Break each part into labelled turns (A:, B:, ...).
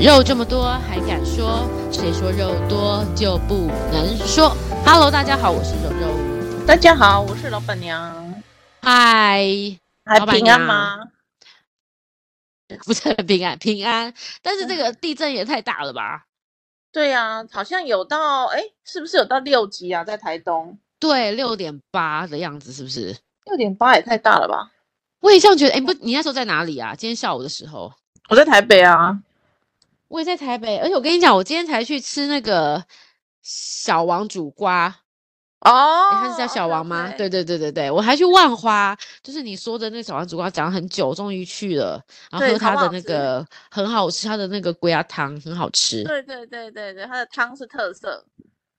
A: 肉这么多还敢说？谁说肉多就不能说？Hello，大家好，我是肉肉。
B: 大家好，我是老板娘，
A: 嗨，
B: 还
A: 老板
B: 平安
A: 娘
B: 吗？
A: 不是很平安，平安。但是这个地震也太大了吧？
B: 对呀、好像有到哎，是不是有到六级啊？在台东
A: 对，六点八的样子，是不是？
B: 六点八也太大了吧？
A: 我也这样觉得。哎，不，你那时候在哪里啊？今天下午的时候，
B: 我在台北啊，
A: 我也在台北。而且我跟你讲，我今天才去吃那个小王煮瓜。
B: 哦
A: 诶，他是叫小王吗？对
B: 对，
A: 对对对对，我还去万花，就是你说的那个小王煮瓜，讲了很久，终于去了，然后
B: 对
A: 喝
B: 好
A: 他的
B: 不好
A: 那
B: 吃
A: 个很好吃，他的那个龟鸭汤很好吃，
B: 对对对对对，它的汤是特色，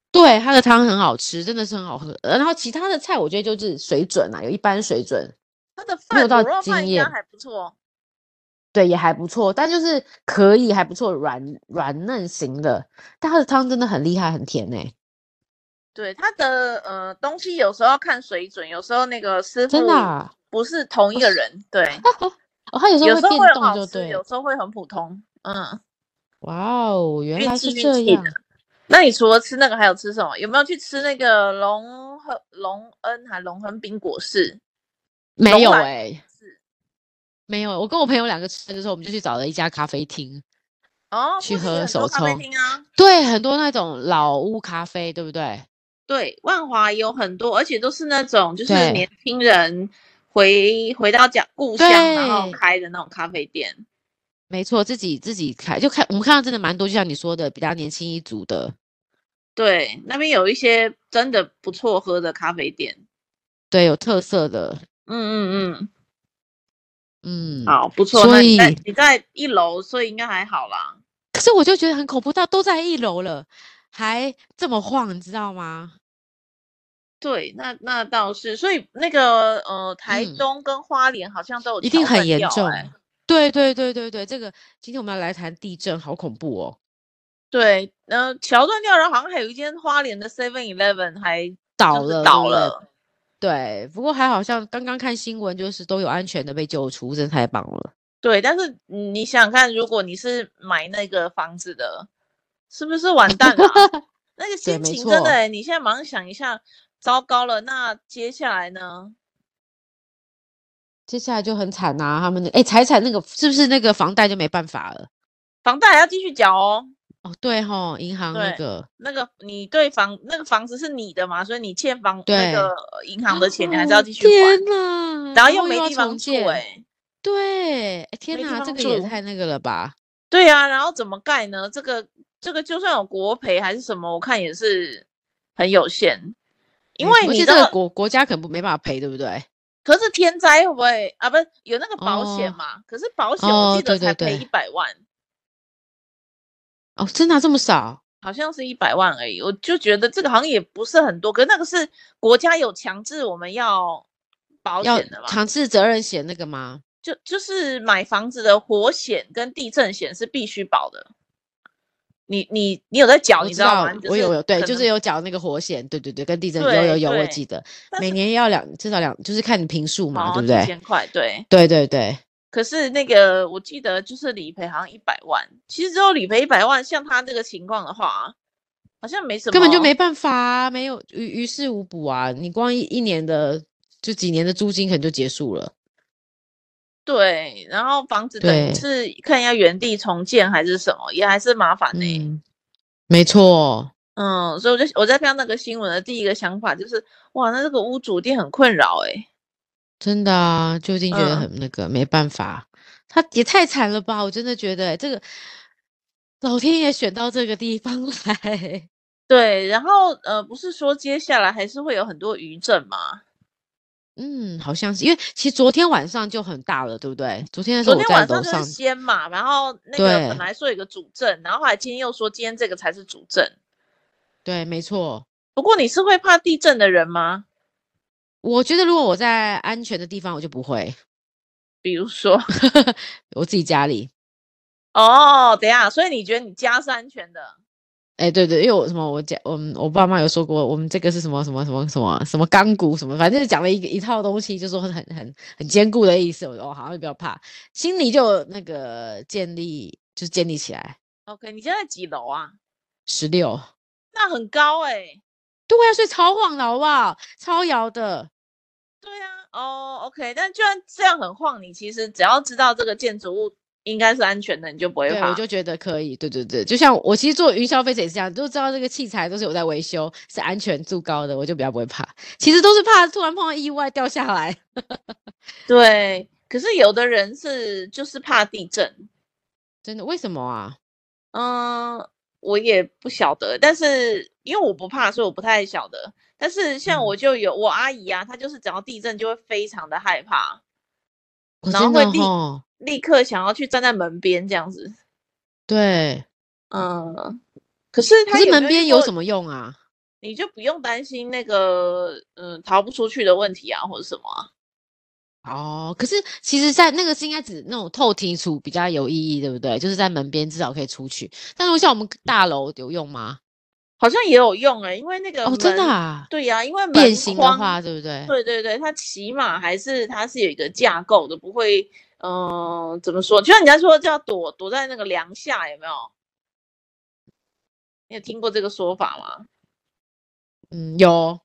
A: 对，他的汤很好吃，真的是很好喝。呃然后其他的菜我觉得就是水准啊，有一般水准，
B: 它的
A: 没有
B: 饭
A: 到
B: 卤肉
A: 惊
B: 饭应
A: 艳
B: 该还不错。
A: 对，也还不错，但就是可以还不错，软软嫩型的，但他的汤真的很厉害，很甜诶、欸
B: 对它的呃东西有时候要看水准，有时候那个师傅
A: 真的、啊。
B: 不是同一个人，对，
A: 哦，他有时候
B: 有时
A: 会
B: 候会
A: 变
B: 很
A: 动
B: 好
A: 就
B: 吃，
A: 对
B: 有，时候会很普通，嗯。
A: 哇哦，原
B: 运
A: 来
B: 气
A: 是
B: 运
A: 这
B: 气
A: 样
B: 的。那你除了吃那个，还有吃什么？有没有去吃那个龙和龙恩还龙亨冰果室？
A: 没
B: 龙
A: 有
B: 兰
A: 诶、
B: 是
A: 没有，我跟我朋友两个吃饭的时候，我们就去找了一家咖啡厅，
B: 哦，
A: 去
B: 附近
A: 喝
B: 有很
A: 手
B: 多咖啡
A: 冲
B: 厅啊。
A: 对，很多那种老屋咖啡，对不对？
B: 对，万华有很多，而且都是那种就是
A: 对
B: 年轻人回回到家故乡，然后
A: 对
B: 开的那种咖啡店。
A: 没错，自己自己开，就看我们看到真的蛮多，就像你说的，比较年轻一族的，
B: 对，那边有一些真的不错喝的咖啡店。
A: 对，有特色的，
B: 嗯嗯
A: 嗯
B: 嗯，。好，不错。
A: 所
B: 那你在
A: 以
B: 你在一楼，所以应该还好啦。
A: 可是我就觉得很恐怖，到都在一楼了，还这么晃，你知道吗？
B: 对，那那倒是，所以那个呃，台
A: 嗯
B: 东跟花莲好像都有
A: 一定
B: 桥
A: 很
B: 断
A: 严
B: 掉
A: 重
B: 哎。。
A: 对对对对对，这个今天我们要来谈地震，好恐怖哦，
B: 对，呃，桥断掉，然后好像还有一间花莲的 Seven Eleven 还就
A: 倒
B: 是
A: 了，
B: 倒
A: 对不对
B: 了。
A: 对，不过还好像刚刚看新闻，就是都有安全的被救出，真的太棒了。
B: 对，但是你想想看，如果你是买那个房子的，是不是完蛋了 啊？那个心
A: 没
B: 情真的
A: 错
B: 哎，你现在马上想一下，糟糕了，那接下来呢？
A: 接下来就很惨呐、他们的哎财产那个是不是那个房贷就没办法了？
B: 房贷还要继续缴哦。
A: 哦，对吼，银行那
B: 对
A: 个
B: 那个你对房那个房子是你的嘛，所以你欠房那
A: 对
B: 个呃银行的钱，你还是要
A: 哦
B: 继续
A: 天
B: 还。
A: 呐，
B: 然后又没
A: 要
B: 地方
A: 重
B: 住、
A: 建
B: 哎，
A: 对，哎天
B: 没地
A: 呐，这
B: 方
A: 个也
B: 住
A: 太那个了吧？
B: 对啊，然后怎么盖呢？这个这个就算有国赔还是什么，我看也是很有限，因
A: 没
B: 为
A: 错而
B: 你
A: 且
B: 知
A: 这个
B: 道，
A: 国国家可能不没办法赔，对不对？
B: 可是天灾会不会啊？不是有那个保险
A: 哦
B: 嘛？可是保险我
A: 哦
B: 记
A: 对对
B: 得才赔
A: 对
B: 一百万，
A: 哦，真的啊、这么少？
B: 好像是一百万而已。我就觉得这个好像也不是很多，可是那个是国家有强制我们要保
A: 要
B: 险的嘛？
A: 强制责任险那个吗？
B: 就就是买房子的火险跟地震险是必须保的。你你你有在缴，
A: 我
B: 你
A: 知道
B: 吗？你，只
A: 我
B: 是
A: 有有对，
B: 可
A: 就是
B: 能，
A: 有缴那个火险，对对对，跟地震有有
B: 对
A: 有，我
B: 对
A: 记得
B: 但
A: 每
B: 是哦
A: 年要两至少两，就是看你平数嘛，
B: 好
A: 对
B: 像
A: 不
B: 几
A: 对？
B: 千块，对。
A: 对对对，
B: 可是那个我记得就是理赔好像一百万，其实只有理赔一百万，像他这个情况的话，好像没什么，
A: 根本就没办法、啊，没有于于事无补啊！你光一一年的就几年的租金可能就结束了，
B: 对。然后房子等于
A: 对
B: 是看要原地重建还是什么，也还是麻烦呢、
A: 嗯，没错，
B: 嗯，所以我就我在看那个新闻的第一个想法就是，哇，那这个屋主一定很困扰哎、
A: 真的啊，就近觉得
B: 嗯
A: 很那个，没办法，他也太惨了吧！我真的觉得这个老天爷选到这个地方来，
B: 对，然后呃，不是说接下来还是会有很多余震吗？
A: 嗯，好像是，因为其实昨天晚上就很大了，对不对？昨天的时
B: 昨
A: 候我
B: 天
A: 在
B: 晚上
A: 楼
B: 就是
A: 上，
B: 先嘛，然后那个
A: 对
B: 本来说有一个主震，然后后来今天又说今天这个才是主震。
A: 对，没错。
B: 不过你是会怕地震的人吗？
A: 我觉得如果我在安全的地方，我就不会，
B: 比如说，
A: 我自己家里，
B: 哦，等一下，所以你觉得你家是安全的？
A: 哎、对对，因为我什么，我家，我们我爸妈有说过，我们这个是什么什么什么什么什么钢骨什么，反正就讲了一个一套东西，就说很很很坚固的意思。我说哦，好，你不要怕，心里就有那个建立，就是建立起来。
B: OK，你现在几楼啊？
A: 十六。
B: 那很高哎、
A: 对啊，所以超晃的好不好？超摇的。
B: 对啊，哦，OK，但就算这样很晃，你其实只要知道这个建筑物应该是安全的，你就不会
A: 对，
B: 怕。
A: 我就觉得可以。对对对，就像我其实做云消费者也是这样，都知道这个器材都是有在维修，是安全度高的，我就比较不会怕。其实都是怕突然碰到意外掉下来。
B: 对，可是有的人是就是怕地震，
A: 真的，为什么啊？
B: 嗯，我也不晓得，但是因为我不怕，所以我不太晓得。但是像
A: 嗯
B: 我就有、我阿姨啊，她就是只要地震就会非常的害怕，
A: 我
B: 然后
A: 哦真的
B: 会立
A: 吼
B: 立刻想要去站在门边这样子。
A: 对，
B: 嗯，可是
A: 可
B: 她
A: 是门边有
B: 么？
A: 什么用啊？
B: 你就不用担心那个嗯逃不出去的问题啊，或者什么啊。
A: 哦，可是其实，在那个是应该指那种透体处比较有意义，对不对？就是在门边至少可以出去。但是像我们大楼有用吗？
B: 好像也有用哎、因为那个
A: 哦，真的
B: 门
A: 啊，
B: 对呀、因为门
A: 变形的
B: 框
A: 话，对不对？
B: 对对对，它起码还是它是有一个架构的，不会，嗯、怎么说？就像人家说叫躲躲在那个梁下，有没有？你有听过这个说法吗？
A: 嗯，有，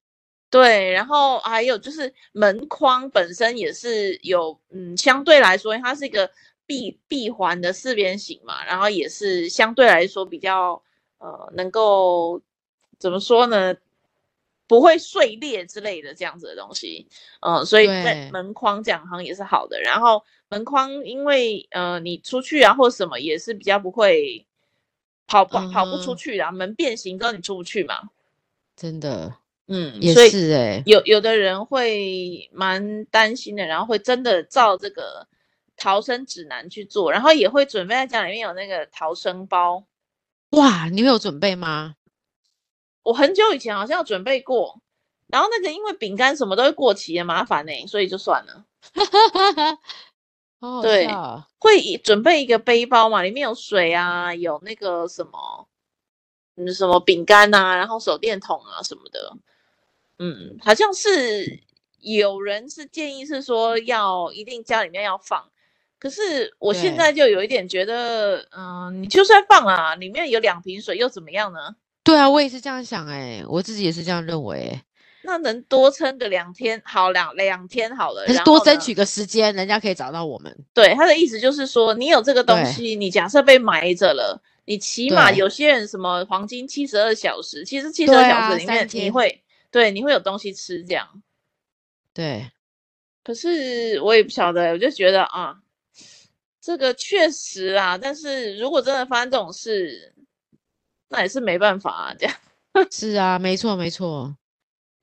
B: 对，然后还有就是门框本身也是有，嗯，相对来说它是一个闭闭环的四边形嘛，然后也是相对来说比较，呃，能够怎么说呢？不会碎裂之类的这样子的东西，嗯、所以在
A: 对
B: 门框这样好像也是好的。然后门框因为呃你出去啊或什么也是比较不会跑不跑不
A: 嗯
B: 出
A: 哼
B: 去啊，门变形之后你出不去嘛，
A: 真的
B: 嗯，
A: 也
B: 所以
A: 是哎、
B: 有有的人会蛮担心的，然后会真的照这个逃生指南去做，然后也会准备在家里面有那个逃生包。
A: 哇，你会有准备吗？
B: 我很久以前好像有准备过，然后那个因为饼干什么都会过期，很麻烦呢、所以就算了。
A: 好好
B: 对
A: 笑啊
B: 会以准备一个背包嘛，里面有水啊，有那个什么，嗯，什么饼干啊，然后手电筒啊什么的。嗯，好像是有人是建议是说要一定家里面要放，可是我现
A: 对
B: 在就有一点觉得，嗯，你就算放啊，里面有两瓶水又怎么样呢？
A: 对啊，我也是这样想哎、我自己也是这样认为、欸。
B: 那能多撑个两天，好两两天好了，
A: 还是
B: 然
A: 多
B: 后
A: 争
B: 呢
A: 取个时间，人家可以找到我们。
B: 对，他的意思就是说，你有这个东
A: 对
B: 西，你假设被埋着了，你起码
A: 对
B: 有些人什么黄金七十二小时，其实七十
A: 对
B: 二
A: 啊
B: 小时里
A: 三
B: 面你
A: 天
B: 会对你会有东西吃这样。
A: 对，
B: 可是我也不晓得，我就觉得啊，这个确实啊，但是如果真的发生这种事，那也是没办法啊，这样。
A: 是啊，没错没错。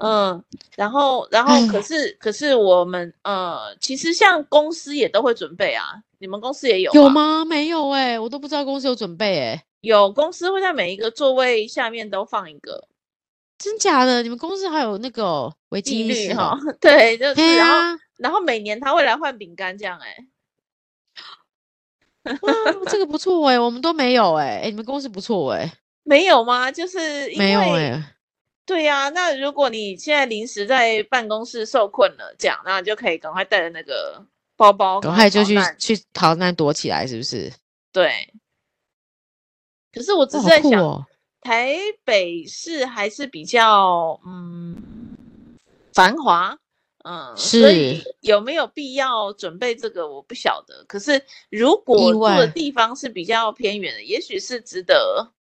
B: 嗯，然后，然后，可
A: 唉
B: 是，可是我们呃，其实像公司也都会准备啊，你们公司也有
A: 有吗？
B: 吗？
A: 没有哎、我都不知道公司有准备哎、
B: 有公司会在每一个座位下面都放一个
A: 真假的？你们公司还有那个哦危机
B: 纪
A: 意
B: 律
A: 识
B: 哈
A: 哦？，
B: 对， 就是、
A: 对
B: 然后
A: 啊，
B: 然后每年他会来换饼干这样哎、
A: 哇，这个不错哎、我们都没有哎、哎、你们公司不错哎、
B: 没有吗？就是因
A: 没有
B: 为
A: 哎、
B: 对呀、那如果你现在临时在办公室受困了这样，那你就可以赶快带着那个包包
A: 赶快就
B: 逃
A: 去
B: 难
A: 去逃难躲起来，是不是？
B: 对。可是我只
A: 哇，
B: 是
A: 好
B: 在
A: 酷
B: 想，
A: 哦！
B: 台北市还是比较嗯繁华，嗯，所以有没有必要准备这个我不晓得。可是如果住
A: 外
B: 的地方是比较偏远的，也许是值得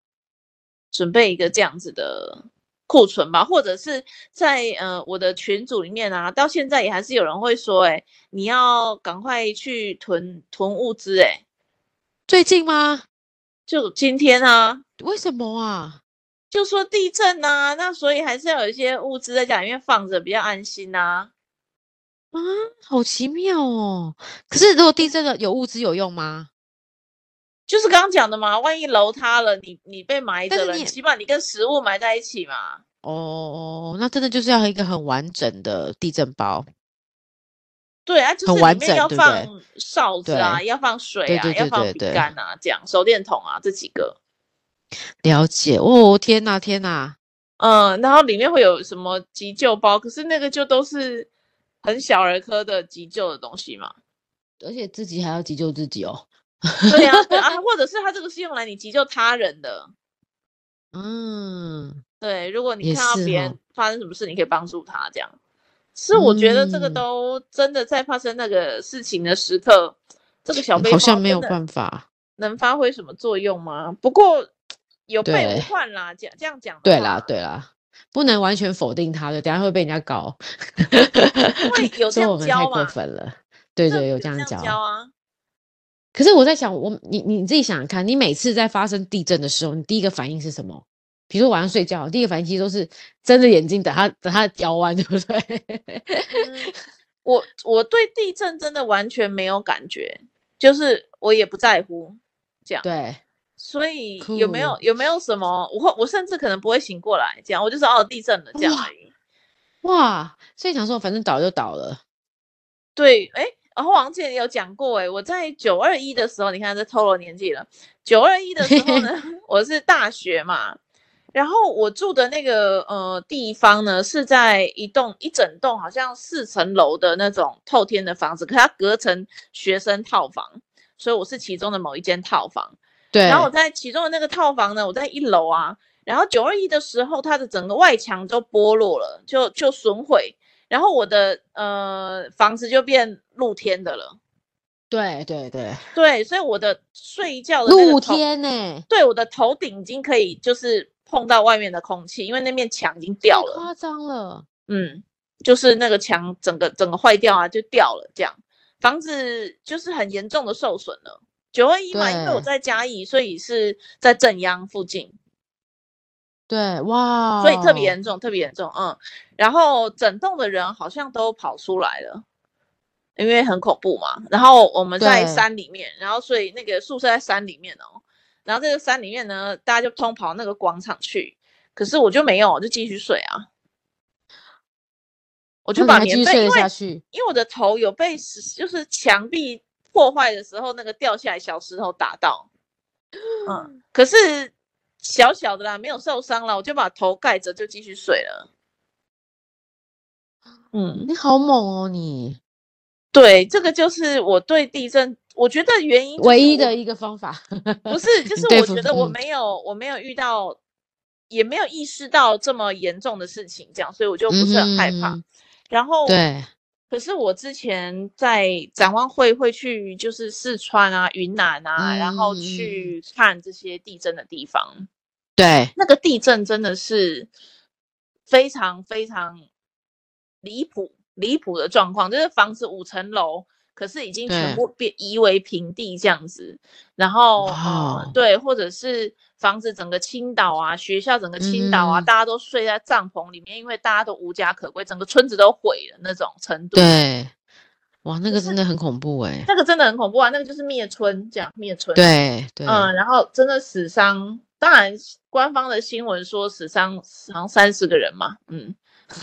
B: 准备一个这样子的库存吧，或者是在呃我的群组里面啊，到现在也还是有人会说，哎，你要赶快去囤囤物资，哎，
A: 最近吗？
B: 就今天啊，
A: 为什么啊？
B: 就说地震呐、那所以还是要有一些物资在家里面放着，比较安心呐、
A: 啊，好奇妙哦！可是如果地震了，有物资有用吗？
B: 就是刚刚讲的嘛，万一楼塌了，你你被埋
A: 但
B: 着
A: 是
B: 了，
A: 你
B: 你
A: 也
B: 起码你跟食物埋在一起嘛。
A: 哦，那真的就是要一个很完整的地震包。
B: 对啊，就
A: 很
B: 是
A: 完
B: 里面
A: 整
B: 要
A: 对不对
B: 放哨子啊，
A: 对
B: 要放水
A: 对
B: 啊，
A: 对
B: 要
A: 对
B: 放
A: 对
B: 饼
A: 对
B: 干啊，这样手电筒啊这几个。
A: 了解哦，天哪，天哪！
B: 嗯，然后里面会有什么急救包，可是那个就都是很小儿科的急救的东西嘛。
A: 而且自己还要急救自己哦。
B: 对啊，对啊，或者是它这个是用来你急救他人的。
A: 嗯，
B: 对，如果你
A: 也
B: 看到
A: 是
B: 别
A: 哦
B: 人发生什么事，你可以帮助他这样。是我觉得这个
A: 嗯
B: 都真的在发生那个事情的时刻，这个小背包
A: 嗯好像没有
B: 真的
A: 办法。
B: 能发挥什么作用吗？不过有备无
A: 对
B: 患啦，讲这样讲的
A: 对
B: 话
A: 啦，，对啦，不能完全否定他，对，等下会被人家搞。
B: 因为有
A: 说
B: 这样
A: 我们太
B: 教
A: 过
B: 嘛，
A: 分了。对
B: 政
A: 对，
B: 府
A: 有
B: 这
A: 这样
B: 教
A: 讲。
B: 啊，
A: 可是我在想，我你你自己想想看，你每次在发生地震的时候，你第一个反应是什么？比如说晚上睡觉，第一个反应其实都是睁着眼睛等它等它摇完，对不对？
B: 嗯我我对地震真的完全没有感觉，就是我也不在乎，
A: 对，
B: 所以有没有
A: 酷
B: 有没有什么，我会我甚至可能不会醒过来，这样我就说哦地震了这样
A: 哇
B: 而已。
A: 哇，所以想说反正倒就倒了，
B: 对，哎，然后王姐有讲过，哎，我在九二一的时候，你看这透露年纪了。九二一的时候呢，我是大学嘛，然后我住的那个呃地方呢，是在一栋一整栋好像四层楼的那种透天的房子，可它隔成学生套房，所以我是其中的某一间套房。
A: 对，
B: 然后我在其中的那个套房呢，我在一楼啊。然后九二一的时候，它的整个外墙都剥落了，就就损毁。然后我的呃房子就变露天的了，
A: 对对对，
B: 对，所以我的睡觉的那个
A: 露
B: 头，
A: 天呢、
B: 对，我的头顶已经可以就是碰到外面的空气，因为那面墙已经掉
A: 太
B: 了。
A: 夸张了，
B: 嗯，就是那个墙整个整个坏掉啊，就掉了，这样房子就是很严重的受损了。九二一嘛，因为我
A: 对
B: 在嘉义，所以是在正央附近，
A: 对，哇，
B: 所以特别严重，特别严重，嗯。然后整栋的人好像都跑出来了，因为很恐怖嘛。然后我们在
A: 对
B: 山里面，然后所以那个宿舍在山里面哦。然后这个山里面呢，大家就通跑那个广场去，可是我就没有，我就继续睡啊。我就
A: 哦那你
B: 把
A: 还继
B: 棉
A: 续
B: 被，
A: 睡
B: 因
A: 得
B: 为
A: 下去，
B: 因为我的头有被石就是墙壁破坏的时候，那个掉下来小石头打到，嗯，可是小小的啦，没有受伤啦，我就把头盖着就继续睡了。嗯，
A: 你好猛哦你！
B: 对，这个就是我对地震，我觉得原因就是
A: 唯一
B: 我
A: 的一个方 法，
B: 不是，就
A: 你
B: 是
A: 对
B: 我
A: 付
B: 觉得我
A: 嗯
B: 没有，我没有遇到，也没有意识到这么严重的事情，这样，所以我就不是很害怕。
A: 嗯
B: 然后，
A: 对，
B: 可是我之前在展望会会去就是四川啊、云南啊，然后
A: 嗯嗯嗯
B: 去看这些地震的地方。
A: 对，
B: 那个地震真的是非常非常离谱离谱的状况，就是房子五层楼，可是已经
A: 对
B: 全部变夷为平地这样子，然后、
A: 哇
B: 呃
A: 哦、
B: 对，或者是房子整个倾倒啊，学校整个倾倒啊，
A: 嗯
B: 大家都睡在帐篷里面，因为大家都无家可归，整个村子都毁了那种程度。
A: 对，哇，那个真的很恐怖哎、
B: 那个真的很恐怖啊，那个就是灭村这样灭村。
A: 对对，
B: 嗯，然后真的死伤，当然官方的新闻说死伤好像三十个人嘛，嗯，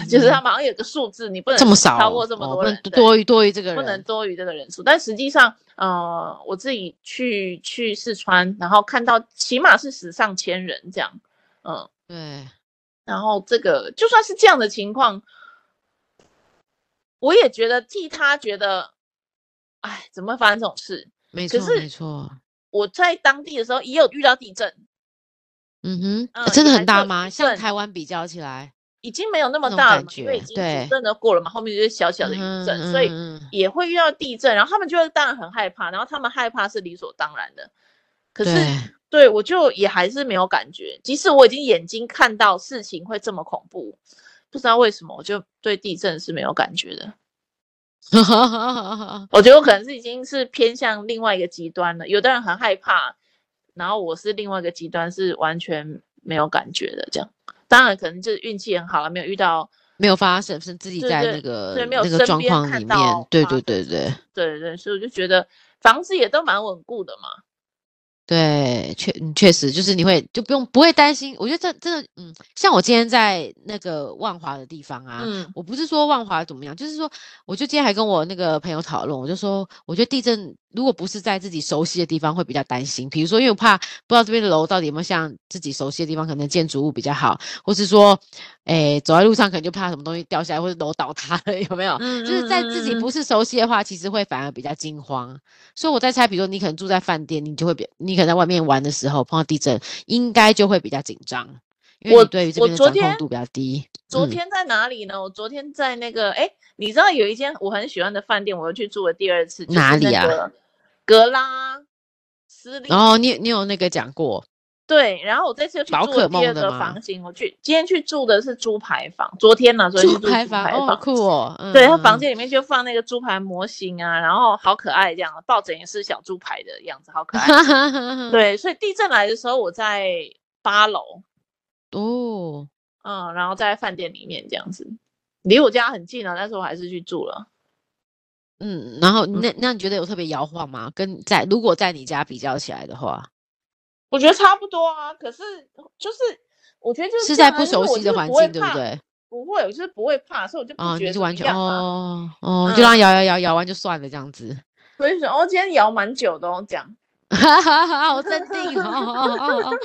B: 就是他们好像有个数字，你不能
A: 这么少，
B: 超过这么
A: 哦
B: 多
A: 不
B: 人，
A: 能
B: 对
A: 多于多于这个人，
B: 不能多于这个人数。但实际上，呃，我自己去去四川，然后看到起码是死上千人这样，嗯，
A: 对，
B: 然后这个就算是这样的情况，我也觉得替他觉得，哎，怎么会发生这种事？
A: 没
B: 可
A: 错
B: 是
A: 没错，
B: 我在当地的时候也有遇到地震，
A: 嗯哼，
B: 嗯
A: 欸真的
B: 也
A: 很
B: 还是
A: 大
B: 有
A: 吗？
B: 一
A: 像
B: 阵
A: 台湾比较起来，
B: 已经没有那么
A: 那种
B: 大了
A: 感
B: 嘛，因为已
A: 觉
B: 经
A: 对
B: 地震都过了嘛，后面就是小小的余
A: 嗯
B: 震，
A: 哼
B: 所以
A: 嗯嗯嗯
B: 也会遇到地震，然后他们就会当然很害怕，然后他们害怕是理所当然的，可是
A: 对
B: 对我就也还是没有感觉，即使我已经眼睛看到事情会这么恐怖，不知道为什么我就对地震是没有感觉的，我觉得我可能是已经是偏向另外一个极端了，有的人很害怕，然后我是另外一个极端，是完全没有感觉的这样。当然，可能就是运气很好了，没有遇到
A: 没有发生，是自己
B: 对
A: 在
B: 对
A: 那个
B: 对没有
A: 那个
B: 身
A: 状
B: 边
A: 况
B: 看
A: 里面
B: 到，
A: 对
B: 发
A: 对
B: 生
A: 对对
B: 对对，所以我就觉得房子也都蛮稳固的嘛。
A: 对，确嗯确实就是你会就不用不会担心，我觉得这真的嗯，像我今天在那个万华的地方啊，
B: 嗯，
A: 我不是说万华怎么样，就是说，我就今天还跟我那个朋友讨论，我就说，我觉得地震如果不是在自己熟悉的地方，会比较担心。比如说，因为我怕不知道这边的楼到底有没有像自己熟悉的地方，可能建筑物比较好，或是说，哎，走在路上可能就怕什么东西掉下来，或者楼倒塌了， 有没有？
B: 嗯
A: 就是在自己不是熟悉的话，其实会反而比较惊慌。所以我在猜，比如说你可能住在饭店，你就会比你可能在外面玩的时候碰到地震，应该就会比较紧张，因为
B: 我
A: 你对于这
B: 我
A: 边的
B: 昨
A: 掌控
B: 天
A: 度比较低。
B: 昨
A: 嗯
B: 天在哪里呢？我昨天在那个，哎，你知道有一间我很喜欢的饭店，我又去住了第二次，就是
A: 哪里
B: 那
A: 啊
B: 个格拉斯里。
A: 然后你你有那个讲过，
B: 对，然后我这次又去
A: 宝
B: 住
A: 可
B: 了
A: 梦
B: 第二
A: 的
B: 个
A: 吗
B: 房型，我去今天去住的是猪排房，昨天呢、昨天去
A: 住
B: 住猪排
A: 牌房哦，好酷哦，嗯、
B: 对，它
A: 嗯
B: 房
A: 嗯
B: 间里面就放那个猪排模型啊，然后好可爱这样，抱枕也是小猪排的样子，好可 爱。
A: 嗯
B: 对，所以地震来的时候我在八楼，
A: 哦，
B: 嗯，然后在饭店里面这样子，离我家很近啊，但是我还是去住了。
A: 嗯，然后那那你觉得有特别摇晃吗？跟在如果在你家比较起来的话，
B: 我觉得差不多啊，可是就是我觉得就是这
A: 在
B: 样啊
A: 不熟悉的环境，对不？
B: 因为我就是会怕
A: 对？
B: 不会，我就是不会怕，所以我就不
A: 啊，你
B: 觉得
A: 是
B: 怎
A: 完
B: 么
A: 全
B: 样嗯啊
A: 哦哦，就让摇摇摇摇完就算了这样子，
B: 所以说，哦，今天摇蛮久的哦，这样。
A: 哈哈哈，好镇定哦 哦哦哦，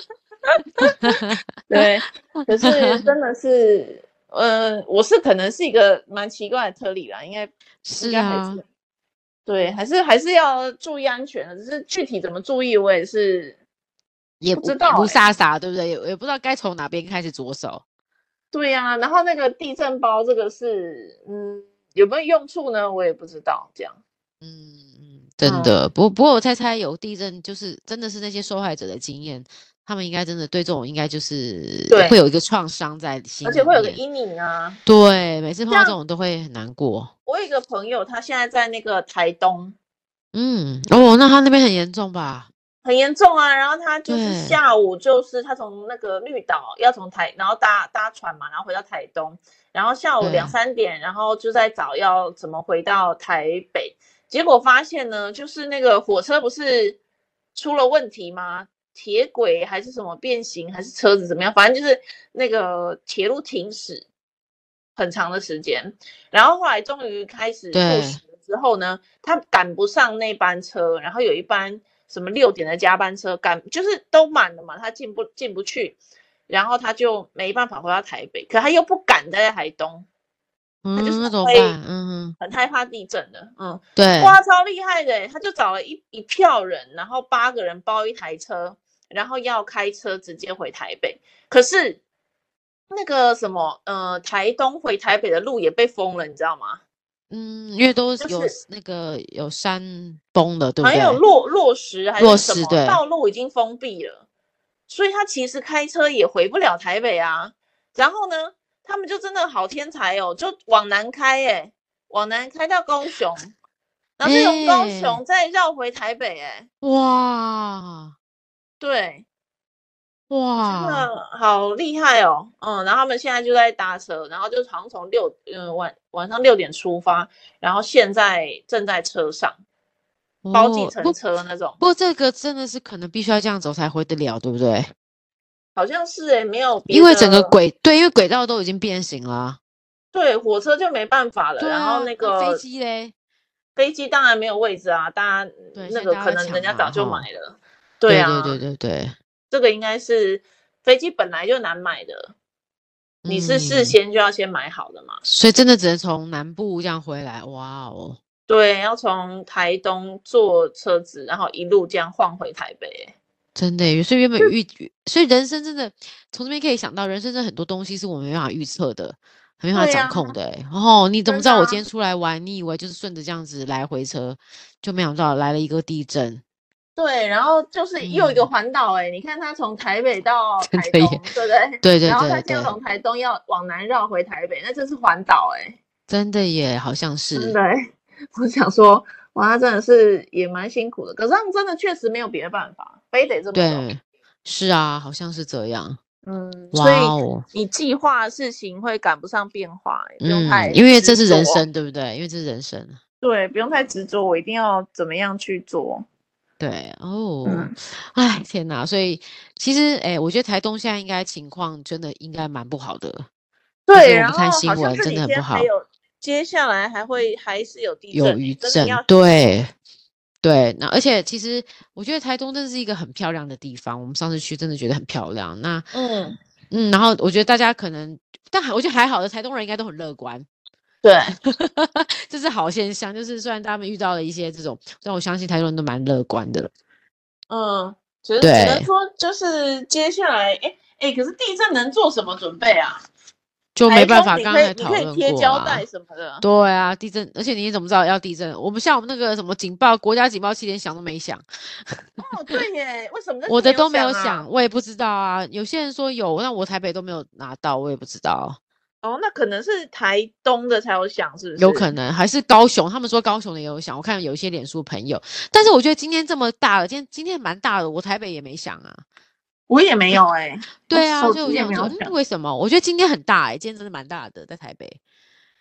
B: 对，可是真的是，呃，我是可能是一个蛮奇怪的特例啦，应该应
A: 是
B: 该还
A: 啊
B: 是，对，还是还是要注意安全的，只是具体怎么注意，我也是
A: 也
B: 不
A: 不
B: 知道
A: 不
B: 欸
A: 飒飒，对不对？也也不知道该从哪边开始着手。
B: 对呀、然后那个地震包这个是，嗯，有没有用处呢？我也不知道，这样。
A: 嗯，嗯，真
B: 嗯
A: 的，不不过我猜猜有地震，就是真的是那些受害者的经验，他们应该真的对这种应该就是
B: 对
A: 会有一个创伤在心里面，
B: 而且会有个阴影啊。
A: 对，每次碰到这
B: 像
A: 种都会很难过。
B: 我有一个朋友，他现在在那个台东，
A: 嗯，哦，那他那边很严重吧？
B: 很严重啊。然后他就是
A: 对
B: 下午，就是他从那个绿岛要从台，然后搭搭船嘛，然后回到台东，然后下午两
A: 对
B: 三点，然后就在找要怎么回到台北。结果发现呢，就是那个火车不是出了问题吗？铁轨还是什么变形，还是车子怎么样？反正就是那个铁路停驶很长的时间，然后后来终于开始
A: 对
B: 复习了之后呢，他赶不上那班车，然后有一班什么六点的加班车赶，就是都满了嘛，他进不进不去，然后他就没办法回到台北，可他又不敢待在台东，
A: 嗯，
B: 就是
A: 那怎么
B: 会
A: 办？嗯，
B: 很害怕地震的，嗯，
A: 对，
B: 哇，超厉害的欸！他就找了一一票人，然后八个人包一台车，然后要开车直接回台北。可是那个什么，呃，台东回台北的路也被封了，你知道吗？
A: 嗯，因为都
B: 就
A: 有
B: 是
A: 那个有山崩了，对不
B: 好
A: 对？
B: 像有落落石还
A: 落
B: 是什
A: 石
B: 么，
A: 对
B: 道路已经封闭了，所以他其实开车也回不了台北啊。然后呢，他们就真的好天才哦，就往南开，哎，往南开到高雄，然后再从高
A: 哎
B: 雄再绕回台北，哎，
A: 哇
B: 对。真
A: 哇，
B: 的好厉害哦，嗯，然后他们现在就在搭车，然后就好像从六，嗯，晚晚上六点出发，然后现在正在车上，包计
A: 哦
B: 程
A: 不
B: 车那种，
A: 不过这个真的是可能必须要这样走才回得了，对不对？
B: 好像是哎、没有别的，
A: 因为整个轨对，因为轨道都已经变形了啊。
B: 对火车就没办法了，
A: 对
B: 然
A: 啊
B: 后那
A: 那飞
B: 个
A: 机嘞，
B: 飞机当然没有位置啊，大家
A: 对现
B: 那
A: 在
B: 个
A: 大家
B: 可
A: 在
B: 能人
A: 抢
B: 家
A: 嘛
B: 早就
A: 吼
B: 买了，
A: 对
B: 啊，
A: 对对对对，
B: 这个应该是飞机本来就难买的，你是事
A: 嗯
B: 先就要先买好的嘛。
A: 所以真的只能从南部这样回来，哇哦，
B: 对，要从台东坐车子，然后一路这样晃回台北欸。
A: 真的耶，所以原本预，所以人生真的从这边可以想到，人生真的很多东西是我们没办法预测的，没办法
B: 对
A: 掌
B: 啊
A: 控的耶。哦，你怎么
B: 真
A: 知道
B: 的
A: 我
B: 啊
A: 今天出来玩？你以为就是顺着这样子来回车，就没想到来了一个地震，
B: 对，然后就是又一个
A: 嗯
B: 环岛哎，你看他从台北 到
A: 真
B: 台
A: 的耶
B: 东，对不对？
A: 对对
B: 然后
A: 对
B: 他现
A: 对
B: 在，从台东要往南绕回台北，那这是环岛哎，
A: 真的耶，好像
B: 真
A: 是
B: 的哎。 我想说，哇，他真的是也蛮辛苦的，可是他们真的确实没有别的办法，非得这么走。
A: 对，是啊，好像是这样，
B: 嗯，哦所
A: 哇
B: 以
A: 哦。
B: 你计划的事情会赶不上变化欸，不用太
A: 嗯，因为这
B: 执
A: 是人
B: 着，
A: 生，对不对？因为这是人生，啊
B: 对，不用太执着，我一定要怎么样去做。
A: 对哦
B: 嗯。，
A: 哎，天哪！所以其实，哎，我觉得台东现在应该情况真的应该蛮不好的。就
B: 对，
A: 是我
B: 然
A: 们看
B: 后
A: 新
B: 好像
A: 闻
B: 这
A: 真
B: 几
A: 的很不
B: 天还
A: 好，
B: 有，接下来还会还是有地
A: 有
B: 震
A: 余
B: 欸，真的
A: 震，
B: 要
A: 对对，那而且其实我觉得台东真的是一个很漂亮的地方，我们上次去真的觉得很漂亮。那
B: 嗯，
A: 嗯，然后我觉得大家可能，但还我觉得还好的，台东人应该都很乐观，
B: 对，
A: 这是好现象。就是虽然他们遇到了一些这种，但我相信台东人都蛮乐观的了。
B: 嗯，只是只能
A: 对
B: 说就是接下来，哎哎，可是地震能做什么准备啊？
A: 就
B: 台
A: 没办
B: 中
A: 法，
B: 你
A: 刚
B: 可
A: 刚
B: 以
A: 才
B: 你
A: 讨
B: 可
A: 论
B: 以贴
A: 过
B: 胶
A: 啊
B: 带。什么的，
A: 对啊，地震，而且你怎么知道要地震？我们像我们那个什么警报，国家警报器连响都没响，
B: 哦，对耶，为 什么那
A: 我
B: 次
A: 的都没有
B: 啊
A: 响，？我也不知道啊。有些人说有，那我台北都没有拿到，我也不知道，
B: 哦，那可能是台东的才有响，是不是？
A: 有可能还是高雄，他们说高雄的也有响，我看有一些脸书朋友，但是我觉得今天这么大了，今天今天蛮大的，我台北也没响啊。
B: 我也没有哎、
A: 对啊，
B: 手
A: 所以我就
B: 机也
A: 想
B: 没
A: 说，
B: 有
A: 嗯，
B: 响。
A: 为什么？我觉得今天很大哎、今天真的蛮大的，在台北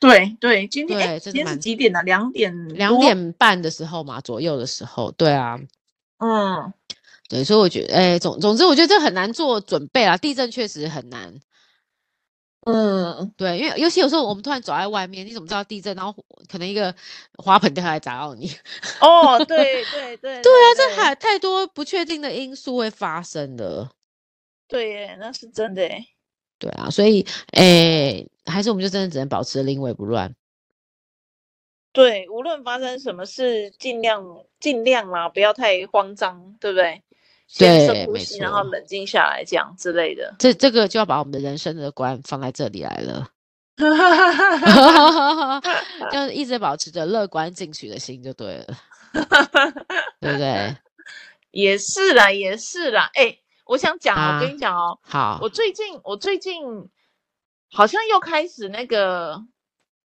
B: 对对，今天
A: 对
B: 哎，
A: 真的
B: 今天是
A: 蛮
B: 几点呢、两点
A: 两
B: 多。
A: 点半的时候嘛，左右的时候，对啊，
B: 嗯，
A: 对，所以我觉得，哎，总总之，我觉得这很难做准备啦。地震确实很难，
B: 嗯，
A: 对，因为尤其有时候我们突然走在外面，你怎么知道地震？然后可能一个花盆掉下来砸到你，
B: 哦，对对对对
A: 对啊，
B: 对
A: 这还太多不确定的因素会发生的，
B: 对耶，那是真的耶。
A: 对啊，所以，哎，还是我们就真的只能保持临危不乱。
B: 对，无论发生什么事，尽量尽量啦，不要太慌张，对不对？先
A: 对
B: 深呼
A: 没
B: 吸，然后
A: 错。
B: 冷静下来，这样之类的
A: 这这个就要把我们的人生的观放在这里来 了，就一直保持着乐观进取的心就对了，对不 对？
B: 也是啦，也是啦。哎、我想讲哦，我
A: 啊
B: 跟你讲哦，
A: 好
B: 我，最近我最近好像又开始那个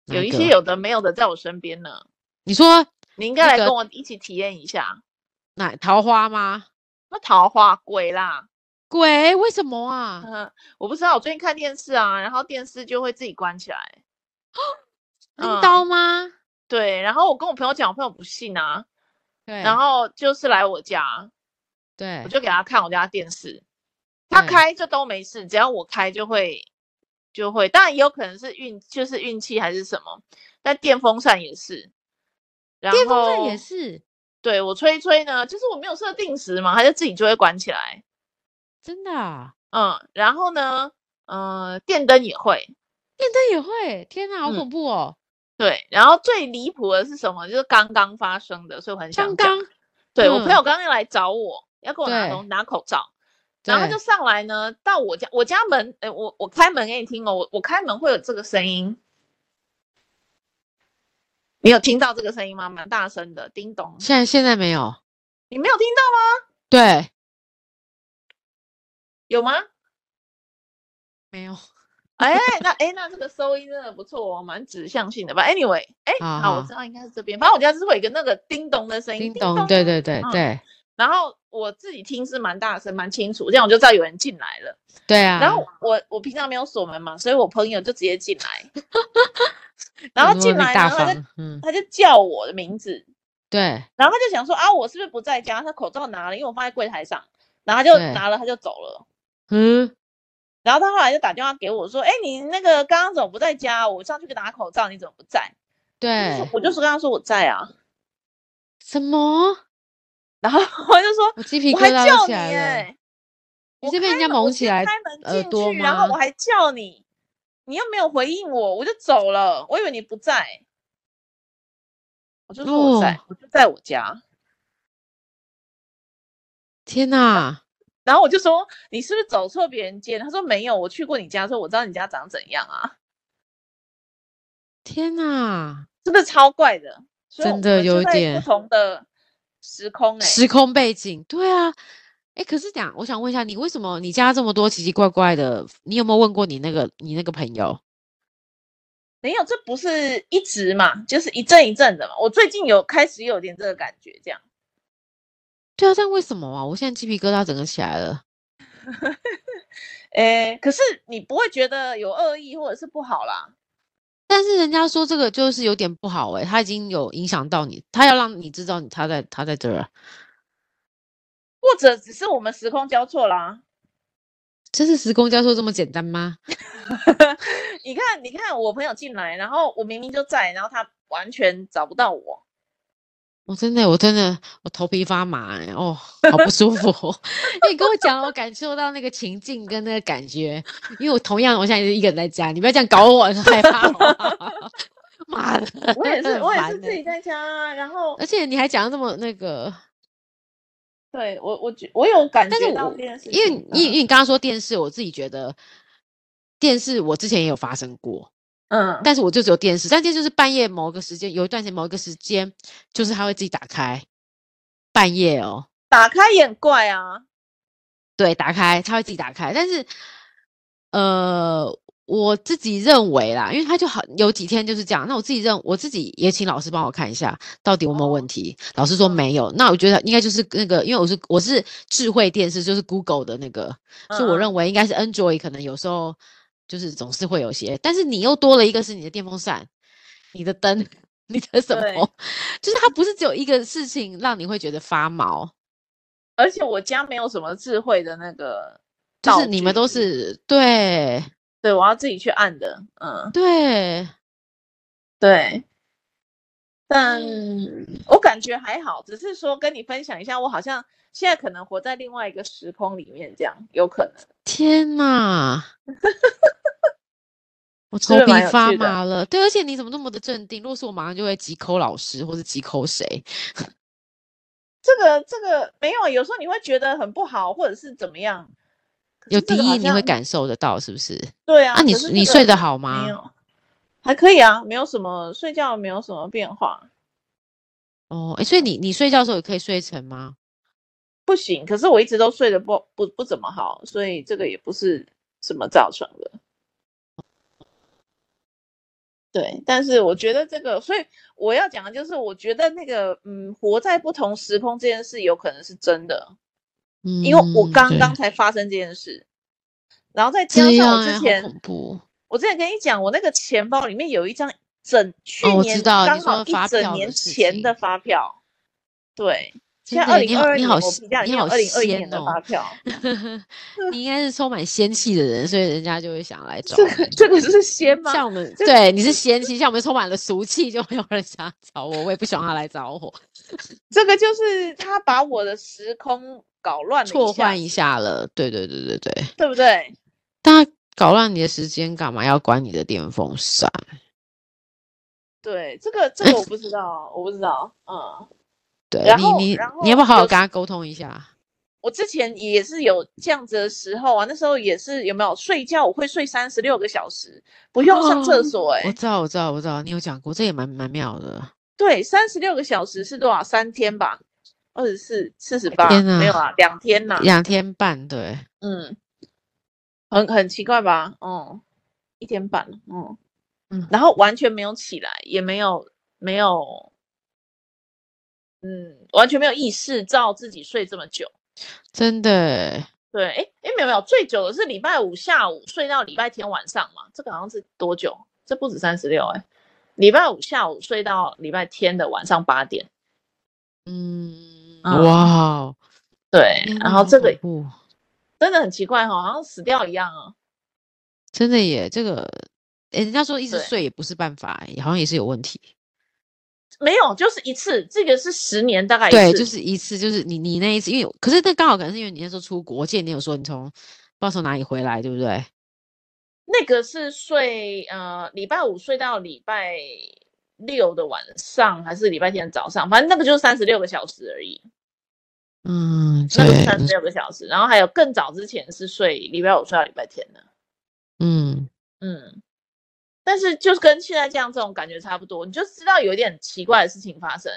A: 哪
B: 有一
A: 个
B: 些有的没有的在我身边呢，
A: 你说
B: 你应该
A: 那
B: 来
A: 个
B: 跟我一起体验一下。
A: 哪桃花吗？
B: 那桃花鬼啦，
A: 鬼？为什么啊？
B: 嗯，我不知道，我最近看电视啊，然后电视就会自己关起来。
A: 拎
B: 嗯
A: 刀吗？
B: 对，然后我跟我朋友讲，我朋友不信啊，
A: 对，
B: 然后就是来我家，
A: 对
B: 我，就给他看我家电视，他
A: 对
B: 开就都没事，只要我开就会就会，当然也有可能是运就是运气还是什么，但电风扇也是，然
A: 电风扇
B: 后
A: 也是
B: 对我吹一吹呢，就是我没有设定时嘛，它就自己就会关起来，
A: 真的、啊，
B: 嗯，然后呢，呃，电灯也会，
A: 电灯也会，天哪，好
B: 嗯
A: 恐怖哦！
B: 对，然后最离谱的是什么？就是刚刚发生的，所以我很
A: 刚
B: 想讲。
A: 刚
B: 对我朋
A: 嗯
B: 友刚刚来找我，要跟我拿
A: 对
B: 东拿口罩，然后他
A: 对
B: 就上来呢，到我家我家门，哎，我我开门给你听哦，我我开门会有这个声音，你有听到这个声音吗？蛮大声的，叮咚，
A: 现在现在没有，
B: 你没有听到吗？
A: 对，
B: 有吗？
A: 没有，
B: 哎，那哎，那这个收音真的不错哦，蛮指向性的吧？Anyway，哎，
A: 好
B: 好，我
A: 好
B: 知道应该是这边，反正我家就是会有一个那个叮咚的声音，
A: 啊叮
B: 咚
A: 咚，，对对对
B: 嗯
A: 对
B: 然后我自己听是蛮大声、蛮清楚，这样我就知道有人进来了。
A: 对啊，
B: 然后我我平常没有锁门嘛，所以我朋友就直接进来， 然后
A: 你
B: 进
A: 如果
B: 来
A: 你大
B: 呢，他就
A: 方，嗯，
B: 他就叫我的名字，
A: 对
B: 然后他就想说啊，我是不是不在家？他口罩拿了，因为我放在柜台上，然后他就
A: 对
B: 拿了，他就走了。
A: 嗯，
B: 然后他后来就打电话给我说，哎，你那个刚刚怎么不在家？我上去拿口罩，你怎么不在？我就
A: 对
B: 说，我就说跟他说我在啊，
A: 什么？
B: 然后 我就说
A: 我鸡皮
B: 我
A: 疙
B: 还
A: 瘩
B: 叫
A: 都起
B: 你
A: 来了
B: 哎，，
A: 你
B: 我
A: 是被人
B: 开
A: 家
B: 门我
A: 蒙
B: 直
A: 起
B: 接
A: 来
B: 开门
A: 耳
B: 进
A: 朵
B: 去，然后我
A: 吗
B: 还叫你，你又没有回应我，我就走了，我以为你不在，我就说我在，
A: 哦
B: 我就在我家，
A: 天哪，
B: 然后我就说你是不是走错别人间？他说没有，我去过你家，说我知道你家长怎样啊，
A: 天哪，
B: 真的超怪的，所以
A: 真
B: 我
A: 的
B: 们就
A: 有
B: 在
A: 点
B: 不同的时空哎、
A: 时空背景，对啊。哎，可是讲，我想问一下，你为什么你家这么多奇奇怪怪的？你有没有问过你那个你那个朋友？
B: 没有，这不是一直嘛，就是一阵一阵的嘛，我最近有开始有点这个感觉，这样。
A: 对啊，但为什么啊？我现在鸡皮疙瘩整个起来了。
B: 诶，可是你不会觉得有恶意或者是不好啦，
A: 但是人家说这个就是有点不好哎、他已经有影响到你，他要让你知道你他在他在这儿啊，
B: 或者只是我们时空交错啦。
A: 这是时空教授这么简单吗？
B: 你 看，你看，我朋友进来，然后我明明就在，然后他完全找不到我，
A: 我真的，我真的，我头皮发麻哎、哦，好不舒服 哦。你跟我讲，我感受到那个情境跟那个感觉，因为我同样，我现在也是一个人在家，你不要这样搞我， 很害怕好不好。妈的，
B: 我也是，
A: 很
B: 我也
A: 烦
B: 是自
A: 欸嗯
B: 己在家啊。然后，
A: 而且你还讲得这么那个，
B: 对我，我觉我有感
A: 但是
B: 觉到
A: 我
B: 这件事情，
A: 因为你因
B: 嗯
A: 为你刚刚说电视，我自己觉得电视我之前也有发生过，
B: 嗯，
A: 但是我就只有电视，但电视就是半夜某个时间，有一段时间某一个时间，就是它会自己打开，半夜哦，
B: 打开也很怪啊。
A: 对，打开，它会自己打开。但是，呃，我自己认为啦，因为它就好有几天就是这样。那我自己认，我自己也请老师帮我看一下到底有没有问
B: 哦
A: 题。老师说
B: 嗯
A: 没有，那我觉得应该就是那个，因为我是我是智慧电视，就是 Google 的那个，所以我
B: 嗯
A: 认为应该是 Android 可能有时候就是总是会有些，但是你又多了一个是你的电风扇、你的灯、你的什
B: 对
A: 么，就是它不是只有一个事情让你会觉得发毛。
B: 而且我家没有什么智慧的那个
A: 就
B: 道具，
A: 是你们都是对，
B: 对我要自己去按的，嗯，
A: 对，
B: 对。但
A: 嗯
B: 我感觉还好，只是说跟你分享一下，我好像现在可能活在另外一个时空里面，这样有可能。
A: 天 呐，我头
B: 是
A: 皮
B: 蛮有
A: 发
B: 趣的
A: 麻了。对，而且你怎么那么的镇定？如果是我，马上就会急扣老师，或是急扣谁。
B: 这个这个没有，有时候你会觉得很不好，或者是怎么样。可是
A: 有
B: 这
A: 敌
B: 个好
A: 意你会
B: 像
A: 感受得到，是不是？
B: 对啊。
A: 啊，你
B: 可是
A: 你
B: 这
A: 睡
B: 个
A: 得好
B: 没
A: 吗？
B: 有，还可以啊，没有什么睡觉没有什么变化，
A: 哦，哎，所以你你睡觉的时候也可以睡沉吗？
B: 不行。可是我一直都睡得不不不怎么好，所以这个也不是什么造成的。对，但是我觉得这个，所以我要讲的就是，我觉得那个，嗯，活在不同时空这件事有可能是真的，
A: 嗯，
B: 因为我刚
A: 对
B: 刚才发生这件事，然后再加
A: 这
B: 上
A: 样
B: 我
A: 哎，
B: 之
A: 好
B: 前，
A: 恐怖
B: 我之前跟你讲，我那个钱包里面有一张整去
A: 哦我
B: 年
A: 知道
B: 刚
A: 你说
B: 好一
A: 发
B: 整
A: 票的
B: 年
A: 事
B: 前的
A: 情
B: 发票，对，现
A: 真的
B: 在二
A: 耶你
B: 零
A: 好
B: 二
A: 你
B: 二年
A: 好
B: 我皮夹里
A: 你
B: 面有
A: 好
B: 二零二一
A: 仙
B: 年的
A: 哦
B: 发票，
A: 你应该是充满仙气的人，所以人家就会 想来找
B: 这个
A: 你。
B: 这个是仙吗？
A: 像我们
B: 这
A: 对你是仙气，像我们充满了俗气，就没有人想找我，我也不希望他来 找我，
B: 这个就是他把我的时空搞乱了
A: 错
B: 一下
A: 换，一下了。对对对对对，
B: 对不对？
A: 大家搞乱你的时间，干嘛要关你的电风扇？
B: 对，这个这个我不 知道，我不知道。嗯，
A: 对
B: 然
A: 你
B: 后
A: 你
B: 然
A: 你要不要
B: 后
A: 好好
B: 有
A: 跟他沟通一下？
B: 我之前也是有这样子的时候啊，那时候也是有没有睡觉，我会睡三十六个小时，不用上厕
A: 哦
B: 所、欸。
A: 我知道我知道我知道，你有讲过，这也蛮蛮妙的。
B: 对，三十六个小时是多少？三天吧，二十四、四十八，
A: 天
B: 没有
A: 哪
B: 啊，两天呐、
A: 两天半，对，
B: 嗯，很很奇怪吧？哦、一天半了，嗯
A: 嗯
B: 然后完全没有起来，也没有没有，嗯，完全没有意识到自己睡这么久。
A: 真的欸。
B: 对，哎哎，没有没有，最久的是礼拜五下午睡到礼拜天晚上嘛，这个好像是多久？这不止三十六哎，礼拜五下午睡到礼拜天的晚上八点，
A: 嗯，
B: 嗯
A: 哇，
B: 对
A: 天，
B: 然
A: 哪
B: 后
A: 好
B: 这个
A: 恐怖
B: 真的很奇怪哈、哦，好像死掉一样啊。
A: 真的耶，这个，诶人家说一直
B: 对
A: 睡也不是办法欸，好像也是有问题。
B: 没有，就是一次，这个是十年大概一
A: 对，
B: 次，
A: 就是一次，就是你你那一次，因为可是那刚好可能是因为你那时候出国，我记得你有说你从不知道从哪里回来，对不对？
B: 那个是睡呃礼拜五睡到礼拜六的晚上，还是礼拜天的早上，反正那个就是三十六个小时而已，
A: 嗯，
B: 那个是
A: 对，
B: 三十六个小时。然后还有更早之前是睡礼拜五睡到礼拜天的，
A: 嗯，
B: 嗯。但是就是跟现在这样这种感觉差不多，你就知道有一点奇怪的事情发生，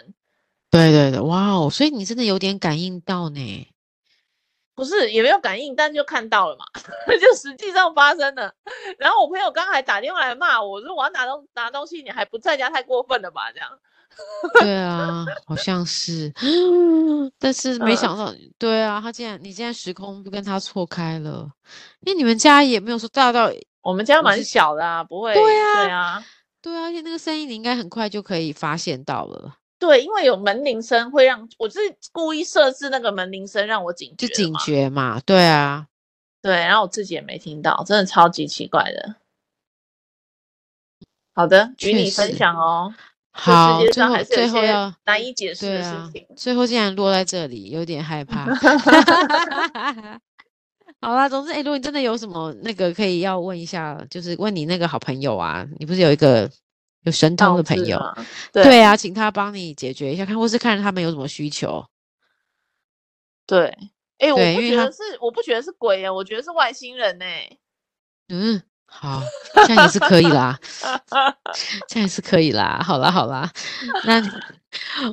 A: 对对对，哇哦，所以你真的有点感应到呢。
B: 不是也没有感应，但就看到了嘛， 就实际上发生了。然后我朋友刚还打电话来骂我，说我要拿东拿东西，你还不在家，太过分了吧？这样，
A: 对啊，好像是， 但是没
B: 嗯
A: 想到，对啊，他竟然你竟然时空就跟他错开了，因为你们家也没有说大到，
B: 我们家
A: 我
B: 蛮
A: 是
B: 小的啊，不会，
A: 对啊
B: 对啊，
A: 对啊，而且那个声音你应该很快就可以发现到了，
B: 对，因为有门铃声会让我是故意设置那个门铃声让我警
A: 就
B: 觉的
A: 警
B: 嘛，
A: 觉嘛，对啊，
B: 对，然后我自己也没听到，真的超级奇怪的。好的，与
A: 确
B: 你分
A: 实
B: 享哦。
A: 好，
B: 这世界
A: 最
B: 上
A: 后
B: 还是
A: 最
B: 有一
A: 后
B: 些
A: 要
B: 难以解释
A: 对
B: 的事
A: 啊
B: 情。，
A: 最后竟然落在这里，有点害 怕。好啦，总之，哎、如果你真的有什么那个可以要问一下，就是问你那个好朋友啊，你不是有一个有神通
B: 导
A: 的朋
B: 致
A: 友？
B: 嘛，
A: 对啊，请他帮你解决一下，看或是看他们有什么需求。
B: 对，哎、我
A: 对
B: 不
A: 因为
B: 觉
A: 他
B: 得是，我不觉得是鬼耶，我觉得是外星人 呢、
A: 嗯，好，这样也是可以 啦，这样也是可以啦。好啦，好啦，那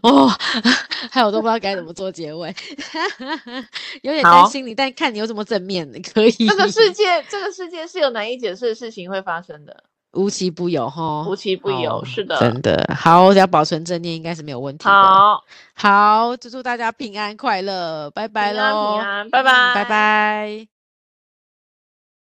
A: 哦， 还有我都不知道该怎么做结尾， 有点担
B: 好
A: 心你，但看你有什么正面的，可以。
B: 这个世界，这个世界是有难以解释的事情会发生的，
A: 无奇不有哈，
B: 无奇不有。
A: 哦
B: 是的，
A: 真的好，我只要保存正念，应该是没有问题的。
B: 好，
A: 好，就祝大家平安快乐，拜拜
B: 平安
A: 喽，
B: 平安，拜
A: 嗯
B: 拜，
A: 拜。拜。